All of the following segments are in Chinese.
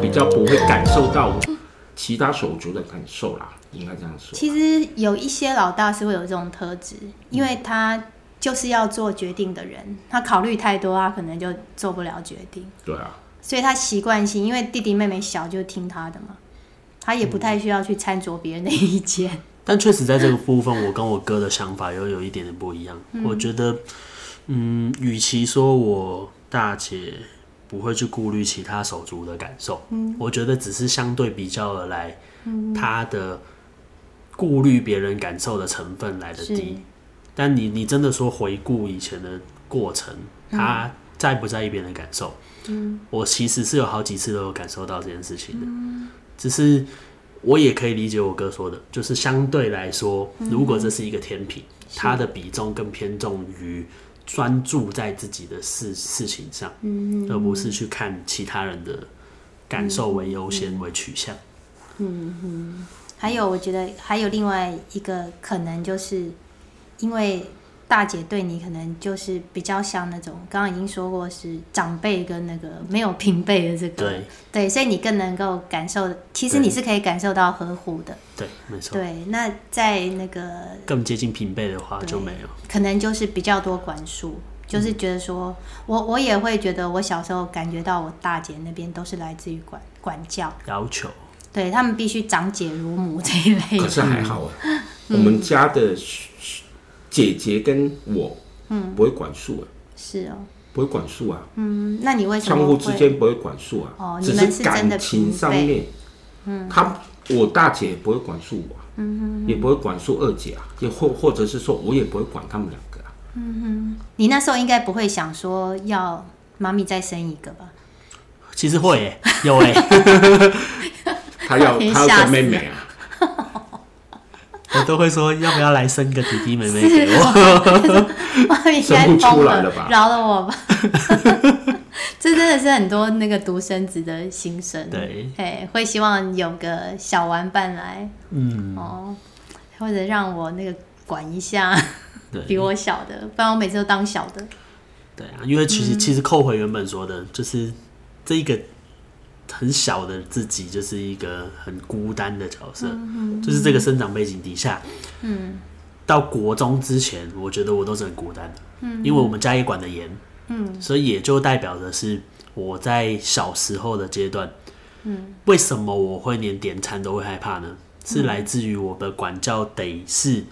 比较不会感受到其他手足的感受啦，应该这样说。其实有一些老大是会有这种特质，因为他就是要做决定的人，他考虑太多，他可能就做不了决定，对啊，所以他习惯性，因为弟弟妹妹小就听他的嘛，他也不太需要去参酌别人的意见。但确实在这个部分，我跟我哥的想法又有一点点不一样。我觉得，嗯，与其说我大姐不会去顾虑其他手足的感受，我觉得只是相对比较而来，她的顾虑别人感受的成分来的是低。但你你真的说回顾以前的过程，她在不在意别人的感受？我其实是有好几次都有感受到这件事情的，只是我也可以理解我哥说的，就是相对来说，如果这是一个天平，它的比重更偏重于专注在自己的事事情上，而不是去看其他人的感受为优先为取向。还有，我觉得还有另外一个可能，就是因为大姐对你可能就是比较像那种，刚刚已经说过是长辈跟那个没有平辈的这个，对对，所以你更能够感受，其实对你是可以感受到呵护的，对，没错，对。那在那个更接近平辈的话就没有。可能就是比较多管束，就是觉得说，我我也会觉得，我小时候感觉到我大姐那边都是来自于管管教，要求，对他们必须长姐如母这一类可的，是还好啊，我嗯们家的姐姐跟我，嗯，不会管束啊， 是哦。不会管束啊，嗯，那你为什么相互之会间不会管束啊，哦只你们是真的感情上平面，嗯，他我大姐也不会管束我、啊，嗯也不会管束二姐啊，也或或者是说我也不会管他们两个啊，你那时候应该不会想说要妈咪再生一个吧？其实会耶、有诶、她 要哎吓她要死个妹妹啊，我都会说要不要来生个弟弟妹妹给我。妈咪 应该生不疯出来了吧饶了我吧！ 这真的是很多那个独生子的心声，对，哎，会希望有个小玩伴来，嗯，哦，或者让我那个管一下对 比我小的，不然我每次都当小的，对啊，因为其实其实扣回原本说的，就是这一个很小的自己，就是一个很孤单的角色，就是这个生长背景底下，嗯，到国中之前，我觉得我都是很孤单的，嗯，因为我们家也管得严，嗯，所以也就代表的是我在小时候的阶段，嗯，为什么我会连点餐都会害怕呢？是来自于我的管教得是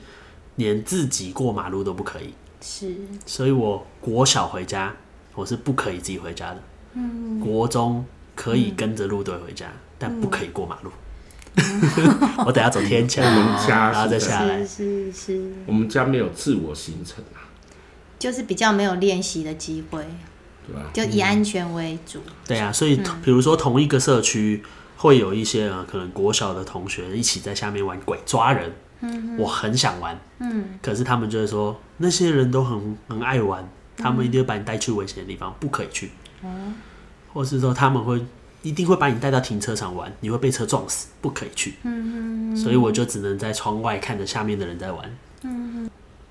连自己过马路都不可以，是所以我国小回家，我是不可以自己回家的。嗯，国中可以跟着路队回家，但不可以过马路。 我等下走天桥，我们家然后再是这下样来是。是是，我们家没有自我形成啊，就是比较没有练习的机会，对吧？就以安全为主，对啊，所以比如说同一个社区会有一些呃，可能国小的同学一起在下面玩鬼抓人。嗯，我很想玩。嗯，可是他们就会说那些人都很很爱玩，他们一定会把你带去危险的地方，不可以去。哦或是说他们会一定会把你带到停车场玩，你会被车撞死，不可以去。嗯所以我就只能在窗外看着下面的人在玩。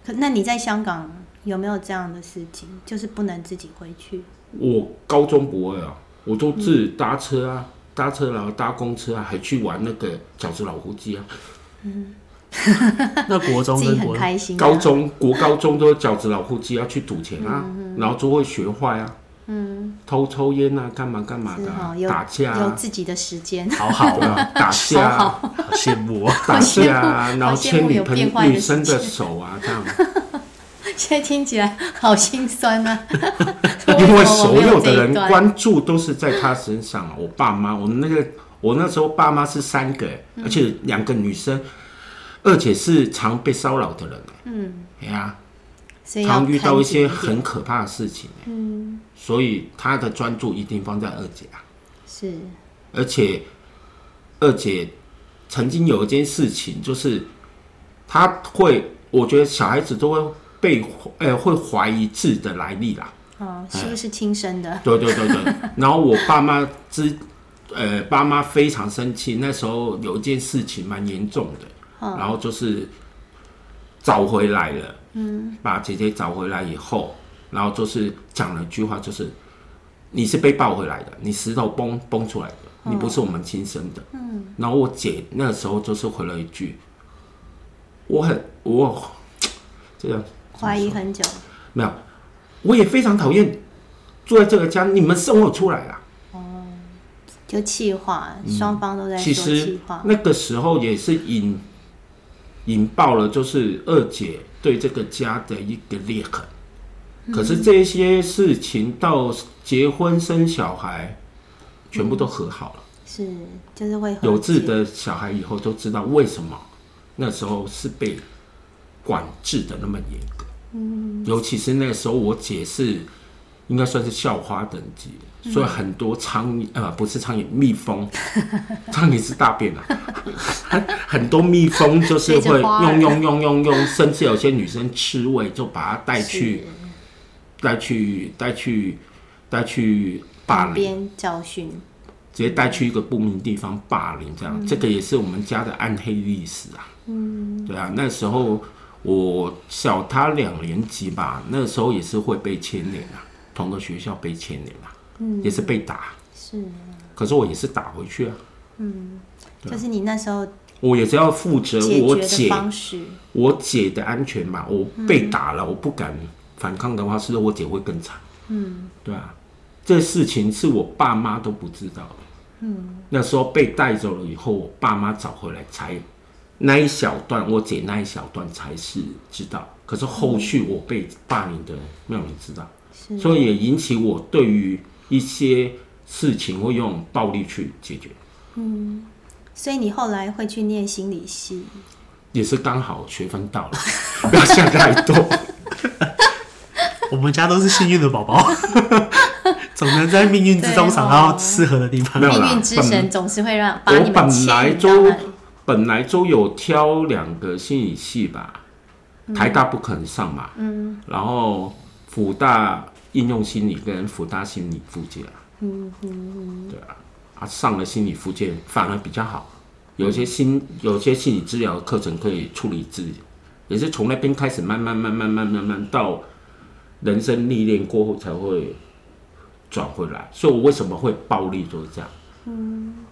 可那你在香港有没有这样的事情？就是不能自己回去？我高中不会啊，我都自己搭车啊，搭车然后搭公车啊，还去玩那个饺子老虎机啊。那国中自己跟很国开心、啊。高中国高中都是饺子老虎机要去赌钱啊，然后就会学坏啊，嗯，偷抽烟啊，干嘛干嘛是的啊、哈、嗯有打架有啊，自己的时间， 好好对啊，啊，打架、好啊，好羡慕哦。打架好羡啊，慕然后牵女好羡慕有朋变坏的女生的世界手啊，这样，现在听起来好心酸啊。 因为什么我所没有这一的人段关注都是在他身上。啊我爸妈，我们那个我那时候爸妈是三个，嗯而且两个女生，而且是常被骚扰的人，嗯，哎呀、所以要常遇到一些看紧点很可怕的事情、嗯，所以他的专注一定放在二姐啊，是而且二姐曾经有一件事情，就是他会，我觉得小孩子都会被呃会怀疑自己的来历啦，哦，哎是不是亲生的？对对对 对，然后我爸妈之呃爸妈非常生气，那时候有一件事情蛮严重的，然后就是找回来了，嗯，把姐姐找回来以后，然后就是讲了一句话，就是你是被抱回来的，你石头崩崩出来的，你不是我们亲生的。嗯，然后我姐那时候就是回了一句，我很我这样怀疑很久，没有，我也非常讨厌住在这个家，你们送我出来啊啦。就气话，双方都在嗯其说实气话。那个时候也是引引爆了，就是二姐对这个家的一个裂痕。可是这些事情到结婚生小孩，全部都和好了。是，就是会和有志解的小孩以后都知道为什么那时候是被管制的那么严格。嗯，尤其是那时候我姐是应该算是校花等级的，所以很多苍蝇呃不是苍蝇，蜜蜂， 苍蝇是大便啊， 很很多蜜蜂就是追会着花儿用用用用用，甚至有些女生吃味就把它带去带去带去带去霸凌。旁边教训，直接带去一个不明地方霸凌，这嗯样、这个也是我们家的暗黑历史啊。嗯，对啊，那时候我小他两年级吧，那时候也是会被牵连啊，同个学校被牵连啊，嗯、也是被打，是，啊可是我也是打回去啊，就是你那时候我也是要负责解啊我决的姐方式，我姐的安全嘛，我被打了，我不敢反抗的话，是我姐会更惨。嗯，对啊，这事情是我爸妈都不知道的。嗯，那时候被带走了以后，我爸妈找回来才那一小段，我姐那一小段才是知道。可是后续我被霸凌的没有人知道，是所以也引起我对于一些事情会用暴力去解决，所以你后来会去念心理系，也是刚好学分到了，不要想太多。我们家都是幸运的宝宝，总能在命运之中找到适合的地方没。有啦命运之神总是会让把你我们本来牵引到就那里。本来都有挑两个心理系吧，台大不肯上嘛，嗯，然后辅大应用心理跟辅大心理附件，嗯嗯对啊，啊上了心理附件反而比较好，有些心有些心理治疗课程可以处理自己，也是从那边开始慢慢慢慢慢慢慢慢到人生历练过后才会转回来，所以我为什么会暴力就是这样。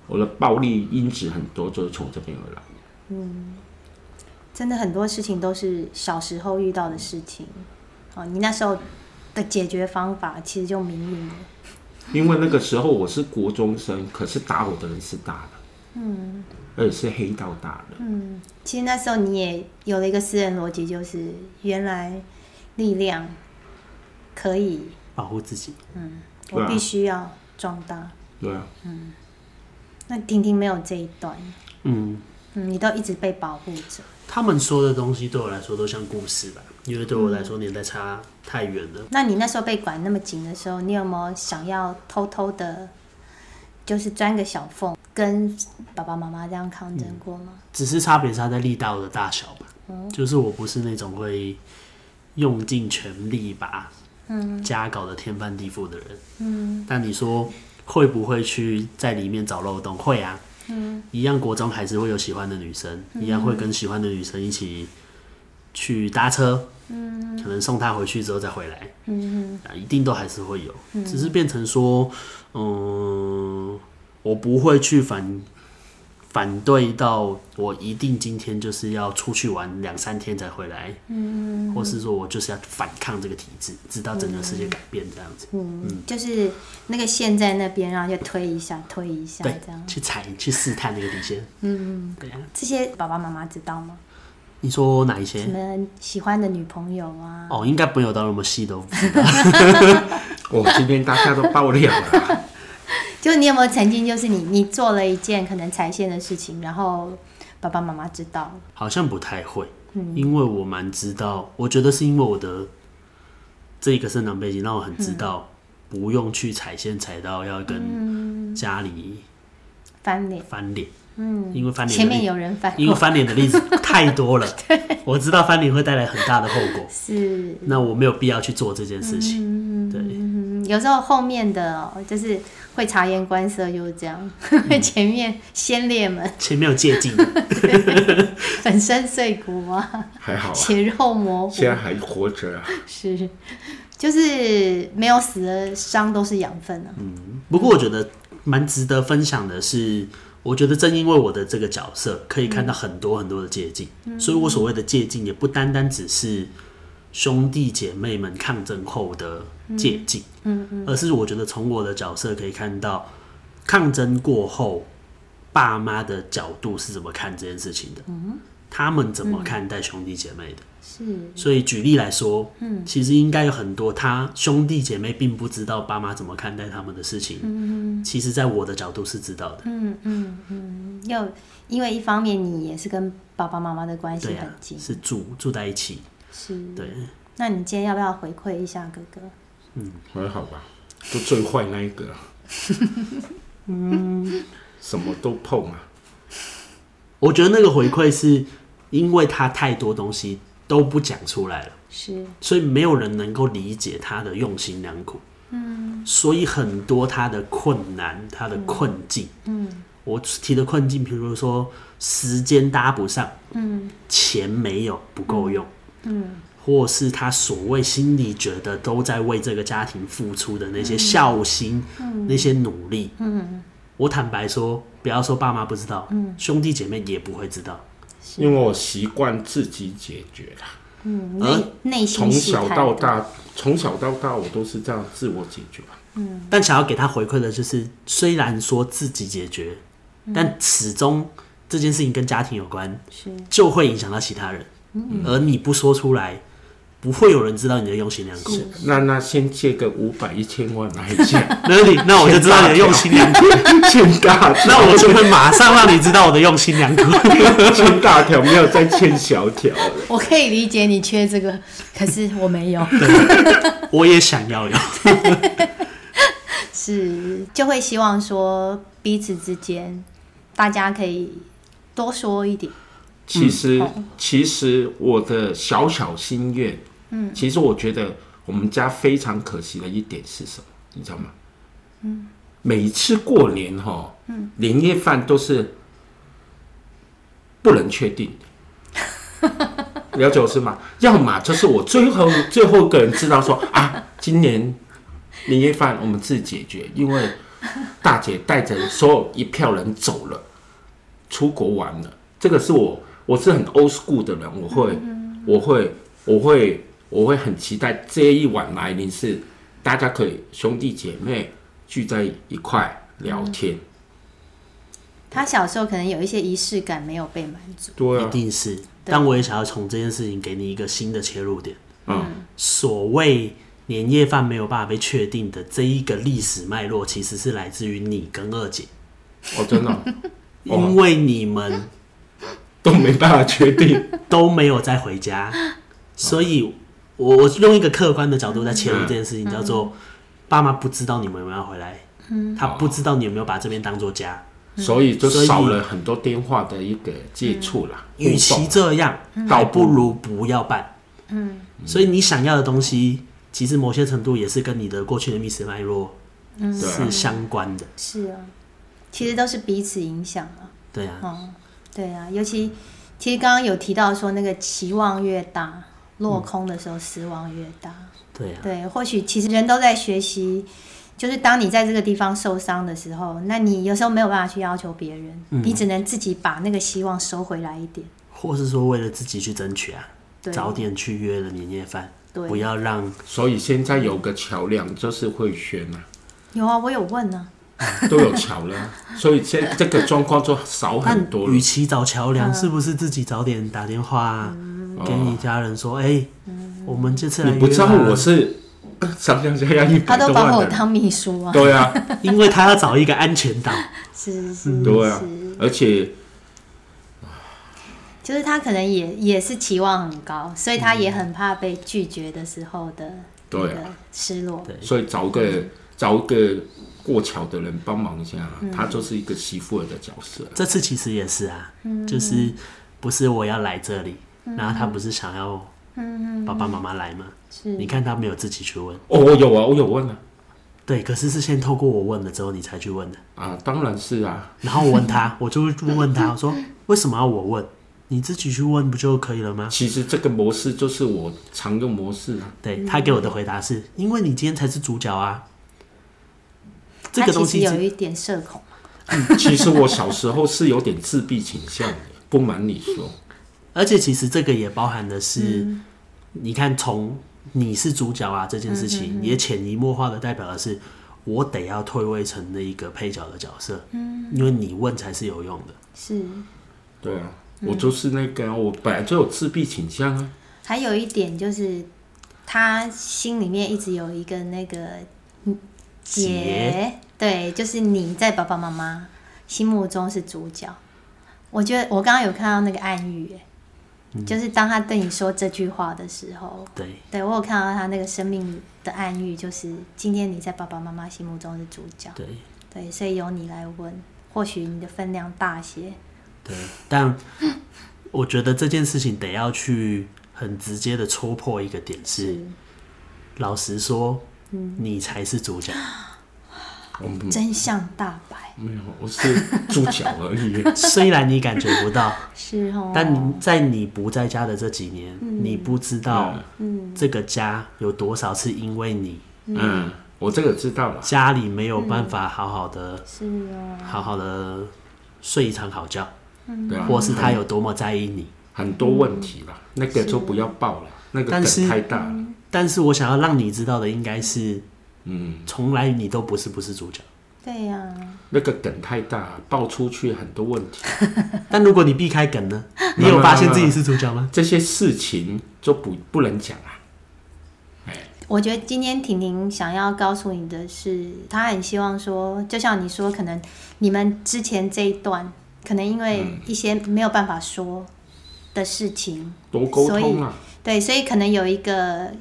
我的暴力因子很多，就是从这边而来。真的很多事情都是小时候遇到的事情，哦，你那时候的解决方法其实就明明了，因为那个时候我是国中生，可是打我的人是大人，嗯，而且是黑道大人，其实那时候你也有了一个私人逻辑，就是原来力量可以，保护自己，对我啊必须要壮大。对啊，那婷婷没有这一段，嗯，嗯，你都一直被保护着，他们说的东西对我来说都像故事吧，因为对我来说年代差太远了。那你那时候被管那么紧的时候，你有没有想要偷偷的，就是钻个小缝，跟爸爸妈妈这样抗嗯争过吗？只是差别差在力道的大小吧。就是我不是那种会用尽全力把家搞得天翻地覆的人。嗯，但你说会不会去在里面找漏洞？会啊。嗯，一样国中还是会有喜欢的女生，一样会跟喜欢的女生一起去搭车。嗯，可能送她回去之后再回来。嗯，啊，一定都还是会有，只是变成说，嗯，我不会去反反对到我一定今天就是要出去玩两三天才回来，嗯，或是说我就是要反抗这个体制，直到整个世界改变这样子，嗯，就是那个线在那边，然后就推一下，推一下对这样，。去踩去试探那个底线，嗯，对啊。这些爸爸妈妈知道吗？你说哪一你些？们喜欢的女朋友啊，哦，应该没有到那么细都不知道我今天大家都爆料了，啊就你有没有曾经就是你你做了一件可能踩线的事情，然后爸爸妈妈知道，好像不太会，嗯因为我蛮知道，我觉得是因为我的这个生长背景让我很知道，嗯不用去踩线踩到要跟家里翻脸，翻脸，嗯，因为翻脸前的面例有人翻因为翻脸的例子太多了，我知道翻脸会带来很大的后果，是，那我没有必要去做这件事情。对，嗯，有时候后面的、哦、就是会察言观色就是这样， 前面先烈们前面有借镜，粉身碎骨啊，还好啊，血肉模糊现，在还活着啊。是，就是没有死的伤都是养分啊，不过我觉得蛮值得分享的是，我觉得正因为我的这个角色，可以看到很多很多的借镜，嗯所以我所谓的借镜也不单单只是兄弟姐妹们抗争后的借镜，嗯嗯，而是我觉得从我的角色可以看到抗争过后爸妈的角度是怎么看这件事情的，嗯他们怎么看待兄弟姐妹的。是所以举例来说，嗯，其实应该有很多他兄弟姐妹并不知道爸妈怎么看待他们的事情，嗯，其实在我的角度是知道的，嗯嗯嗯，要因为一方面你也是跟爸爸妈妈的关系对很啊，近，是嗯住住在一起，是。对，那你今天要不要回馈一下哥哥？还好吧，就最坏那一个。嗯，什么都碰啊。我觉得那个回馈是因为他太多东西都不讲出来了，是所以没有人能够理解他的用心良苦，嗯，所以很多他的困难、他的困境，嗯，我提的困境，比如说时间搭不上，嗯，钱没有不够用，嗯，或是他所谓心里觉得都在为这个家庭付出的那些孝心，那些努力，嗯，我坦白说，不要说爸妈不知道，嗯，兄弟姐妹也不会知道，因为我习惯自己解决啦，嗯，内内心呃从戏小太到多，大，从小到大我都是这样自我解决啊吧。但想要给他回馈的就是，虽然说自己解决，但始终这件事情跟家庭有关，是就会影响到其他人，而你不说出来，不会有人知道你的用心良苦。那那先借个五百一千万来借，没问题，那我就知道 你的用心良苦。欠大条，那我就会马上让你知道我的用心良苦。 欠大条没有再欠小条了。我可以理解你缺这个， 可是我没有，我也想要有，是就会希望说彼此之间大家可以多说一点，其实，其实我的小小心愿，嗯，其实我觉得我们家非常可惜的一点是什么，你知道吗？嗯，每一次过年哈，嗯，年夜饭都是不能确定 的，了解我是吗？要么就是我最后最后一个人知道说啊，今年年夜饭我们自己解决，因为大姐带着所有一票人走了。出国玩了。这个是我，我是很 old school 的人，我会，我会，我会，我会很期待这一晚来临是大家可以兄弟姐妹聚在一块聊天。他小时候可能有一些仪式感没有被满足，对啊一，定是。但我也想要从这件事情给你一个新的切入点。嗯，所谓年夜饭没有办法被确定的这一个历史脉络，其实是来自于你跟二姐，我真的哦因为你们都没办法确 定。都没有再回家，所以我我用一个客观的角度在切入这件事情，叫做爸妈不知道你们有没有回来，他不知道你有没有把这边当做家。所以就所以少了很多电话的一个接触啦。嗯与其嗯这样，倒不如不要办。嗯，所以你想要的东西，其实某些程度也是跟你的过去的历史脉络对啊是相关的。是啊，其实都是彼此影响啊。对啊，哦，对啊，尤其其实刚刚有提到说，那个期望越大，落空的时候失望越大。对啊，对，或许其实人都在学习，就是当你在这个地方受伤的时候，那你有时候没有办法去要求别人，你只能自己把那个希望收回来一点。或是说为了自己去争取啊，对早点去约了年夜饭，对不要让所以现在有个桥梁，就是慧轩啊，有啊，我有问啊，都有桥了，所以现这个状况就少很多了与。其找桥梁，是不是自己早点打电话、给你家人说，哎、我们这次来嗯哦啊你不知道约吧我是 上上下下一他百都多把万我的人，当秘书啊，对啊， 因为他要找一个安全岛，是是对是啊，，而且就是他可能也也是期望很高，所以他也很怕被拒绝的时候的那对啊个失落。所以找一个找一个过桥的人帮忙一下，嗯他就是一个媳妇儿的角色。这次其实也是啊，就是不是我要来这里，然后他不是想要爸爸妈妈来吗？是你看他没有自己去问，哦，我有啊，我有问啊，对，可是是先透过我问了之后你才去问的，啊，当然是啊，然后我问他，我就会问他，我说为什么要我问？你自己去问不就可以了吗？其实这个模式就是我常用 嗯模式啊，对他给我的回答是，因为你今天才是主角啊。这个他东其实西有一点社恐嘛，其实我小时候是有点自闭倾向的，不瞒你说，而且其实这个也包含的是，嗯你看从你是主角啊这件事嗯情，也潜移默化的代表的是，我得要退位成那一个配角的角色，嗯，因为你问才是有用的。是对啊，嗯我就是那个啊，我本来就有自闭倾向啊，还有一点就是，他心里面一直有一个那个嗯结，对，就是你在爸爸妈妈心目中是主角。我觉得我刚刚有看到那个暗喻，哎嗯就是当他对你说这句话的时候，对，对我有看到他那个生命的暗喻，就是今天你在爸爸妈妈心目中是主角，对，对，所以由你来问，或许你的分量大些，对，但我觉得这件事情得要去很直接的戳破一个点是，老实说，嗯你才是主角，我嗯不真相大白，没有，我是猪脚而已。虽然你感觉不到， 是哦，但你在你不在家的这几年，嗯你不知道这个家有多少次因为你嗯，我这个知道了。家里没有办法好好的、是嗯哦，好好的睡一场好觉，嗯对啊，或是他有多么在意你。很多问题啦，那个就不要报了，那个但梗是嗯太大了。但是我想要让你知道的应该是，嗯，从来你都不是不是主角。对呀、那个梗太大，爆出去很多问题。但如果你避开梗呢？ 你没有有没发有现没自己有是主角吗？这些事情就不不能讲啊。我觉得今天婷婷想要告诉你的是，她很希望说，就像你说，可能你们之前这一段，可能因为一些没有办法说的事情，多沟通啊，对，所以可能有一个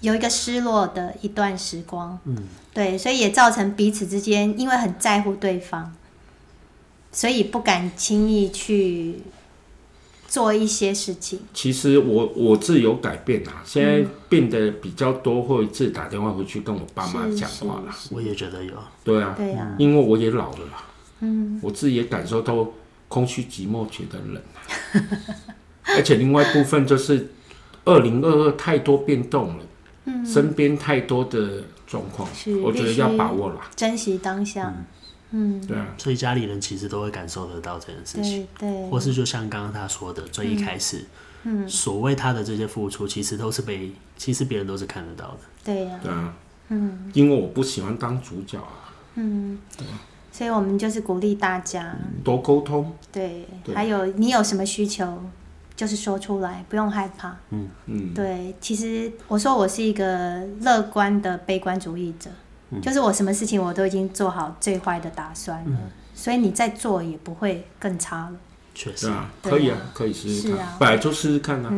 有一个失落的一段时光，嗯，对，所以也造成彼此之间因为很在乎对方，所以不敢轻易去做一些事情。其实我我自有改变啊，现在变得比较多，会自己打电话回去跟我爸妈是讲话啦。我也觉得有。对啊，对啊，因为我也老了啦，嗯，我自己也感受到空虚、寂寞，觉得冷、啊。 而且另外一部分就是，二零二二太多变动了，嗯，身边太多的状况是，我觉得必须要把握啦。珍惜当下，嗯对啊，所以家里人其实都会感受得到这件事情。对对，或是就像刚刚他说的，最一开始，嗯，所谓他的这些付出，其实都是被，其实别人都是看得到的。对呀、对啊，嗯，因为我不喜欢当主角啊，所以我们就是鼓励大家，多沟通，对，对还有你有什么需求，就是说出来，不用害怕。嗯，对，其实我说我是一个乐观的悲观主义者，嗯就是我什么事情我都已经做好最坏的打算嗯了，所以你再做也不会更差了。确实对，啊，对啊可以啊，可以试试是啊嗯看，本来就试试看啊，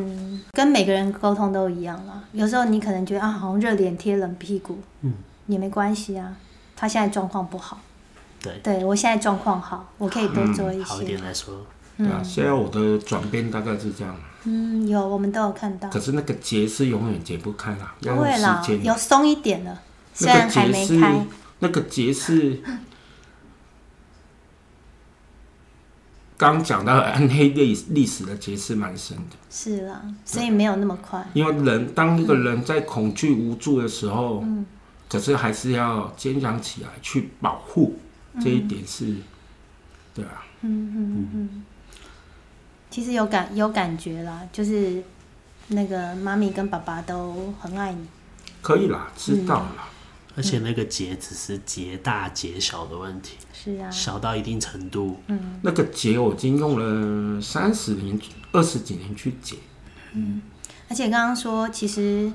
跟每个人沟通都一样啦，有时候你可能觉得啊，好像热脸贴冷屁股，嗯，也没关系啊。他现在状况不好，对，对我现在状况好，我可以多做一哎嗯好一些点。来说，对啊，现在我的转变大概是这样，啊嗯，有我们都有看到。可是那个结是永远解不开啦，要不用会啦时，间有啊。松一点了，虽那然个还结没是开，那个结是刚讲到的暗黑历历史的结是蛮深的，是啦，所以没有那么快。因为人当一个人在恐惧无助的时候，可是还是要坚强起来去保护，这一点是，对啊，其实有感有感觉啦，就是那个妈咪跟爸爸都很爱你，可以啦，知道啦，嗯而且那个结只是结大结小的问题，是啊，小到一定程度，嗯那个结我已经用了三十年、二十几年去解，而且刚刚说，其实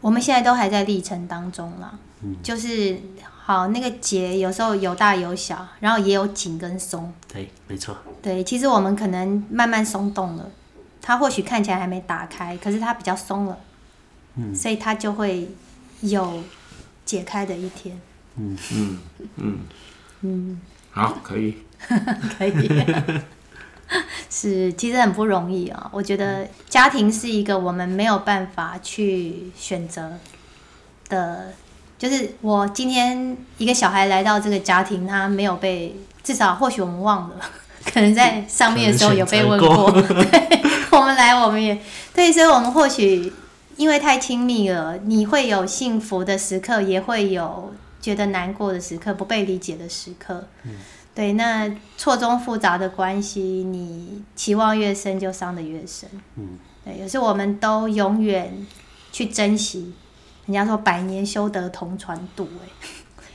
我们现在都还在历程当中啦，嗯就是好那个结有时候有大有小，然后也有紧跟松，对，没错，对，其实我们可能慢慢松动了，它或许看起来还没打开，可是它比较松了，嗯，所以它就会有解开的一天。好，可以，可以，是其实很不容易啊、我觉得家庭是一个我们没有办法去选择的，就是我今天一个小孩来到这个家庭，他没有被，至少或许我们忘了， 可能在上面的时候有被问过，可对， 我们来我们也对，所以我们或许因为太亲密了，你会有幸福的时刻，也会有觉得难过的时刻，不被理解的时刻。嗯，对，那错综复杂的关系，你期望越深，就伤得越深。嗯，对，有时候我们都永远去珍惜，人家说百年修得同船渡、欸，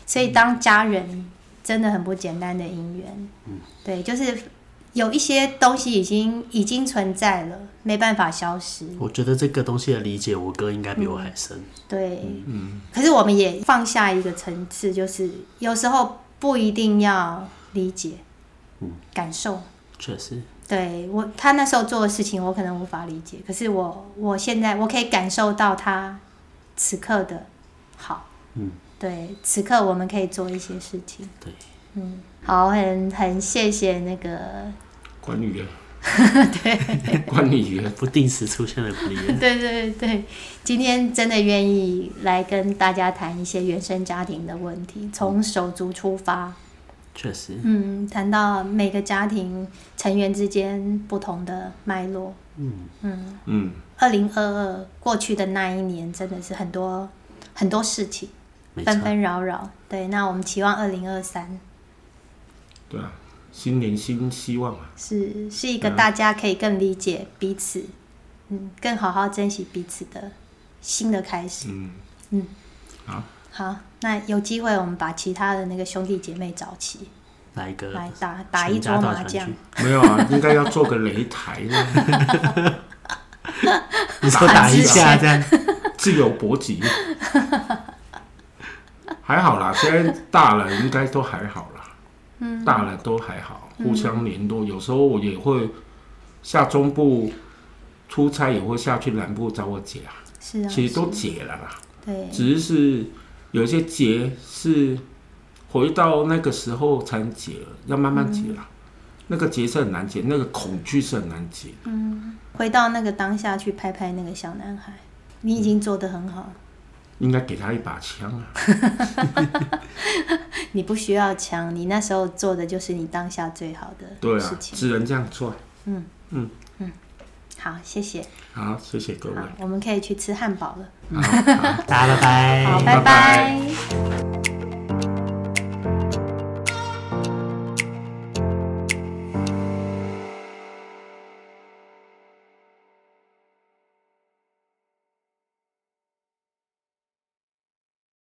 所以当家人真的很不简单的姻缘。嗯，对，就是有一些东西已经已经存在了，没办法消失。我觉得这个东西的理解，我哥应该比我还深。对，嗯，可是我们也放下一个层次，就是有时候不一定要理解，嗯，感受。确实，对我，他那时候做的事情，我可能无法理解，可是我我现在我可以感受到他此刻的好，嗯，对，此刻我们可以做一些事情，对，嗯，好，很很谢谢那 个，管理员，对。管理员，不定时出现的不利对对对，今天真的愿意来跟大家谈一些原生家庭的问题，从手足出发，确实，嗯，谈到每个家庭成员之间不同的脉络。嗯，二零二二过去的那一年，真的是很多很多事情没错纷，纷扰扰。对，那我们期望二零二三对啊，新年新希望啊，是是一个大家可以更理解彼此，嗯，更好好珍惜彼此的新的开始。嗯嗯，好，好，那有机会我们把其他的那个兄弟姐妹找齐，来一个来打打一全家桌到麻团将聚。没有啊， 应该要做个擂台呢，你说打一架这样， 自由搏击。 还好啦，现在大人应该都还好啦，嗯，大人都还好，互相联络。有时候我也会下中部出差，也会下去南部找我姐啊，是啊，其实都是解了啦，对，只是有一些结是回到那个时候才能解了，要慢慢解啦。嗯那个结是很难解，那个恐惧是很难解。回到那个当下去拍拍那个小男孩，你已经做得很好了，应该给他一把枪啊！你不需要强，你那时候做的就是你当下最好对的事啊，情。只能这样做。好，谢谢。好，谢谢各位好。，我们可以去吃汉堡了。好，好大家拜拜。好，拜拜拜拜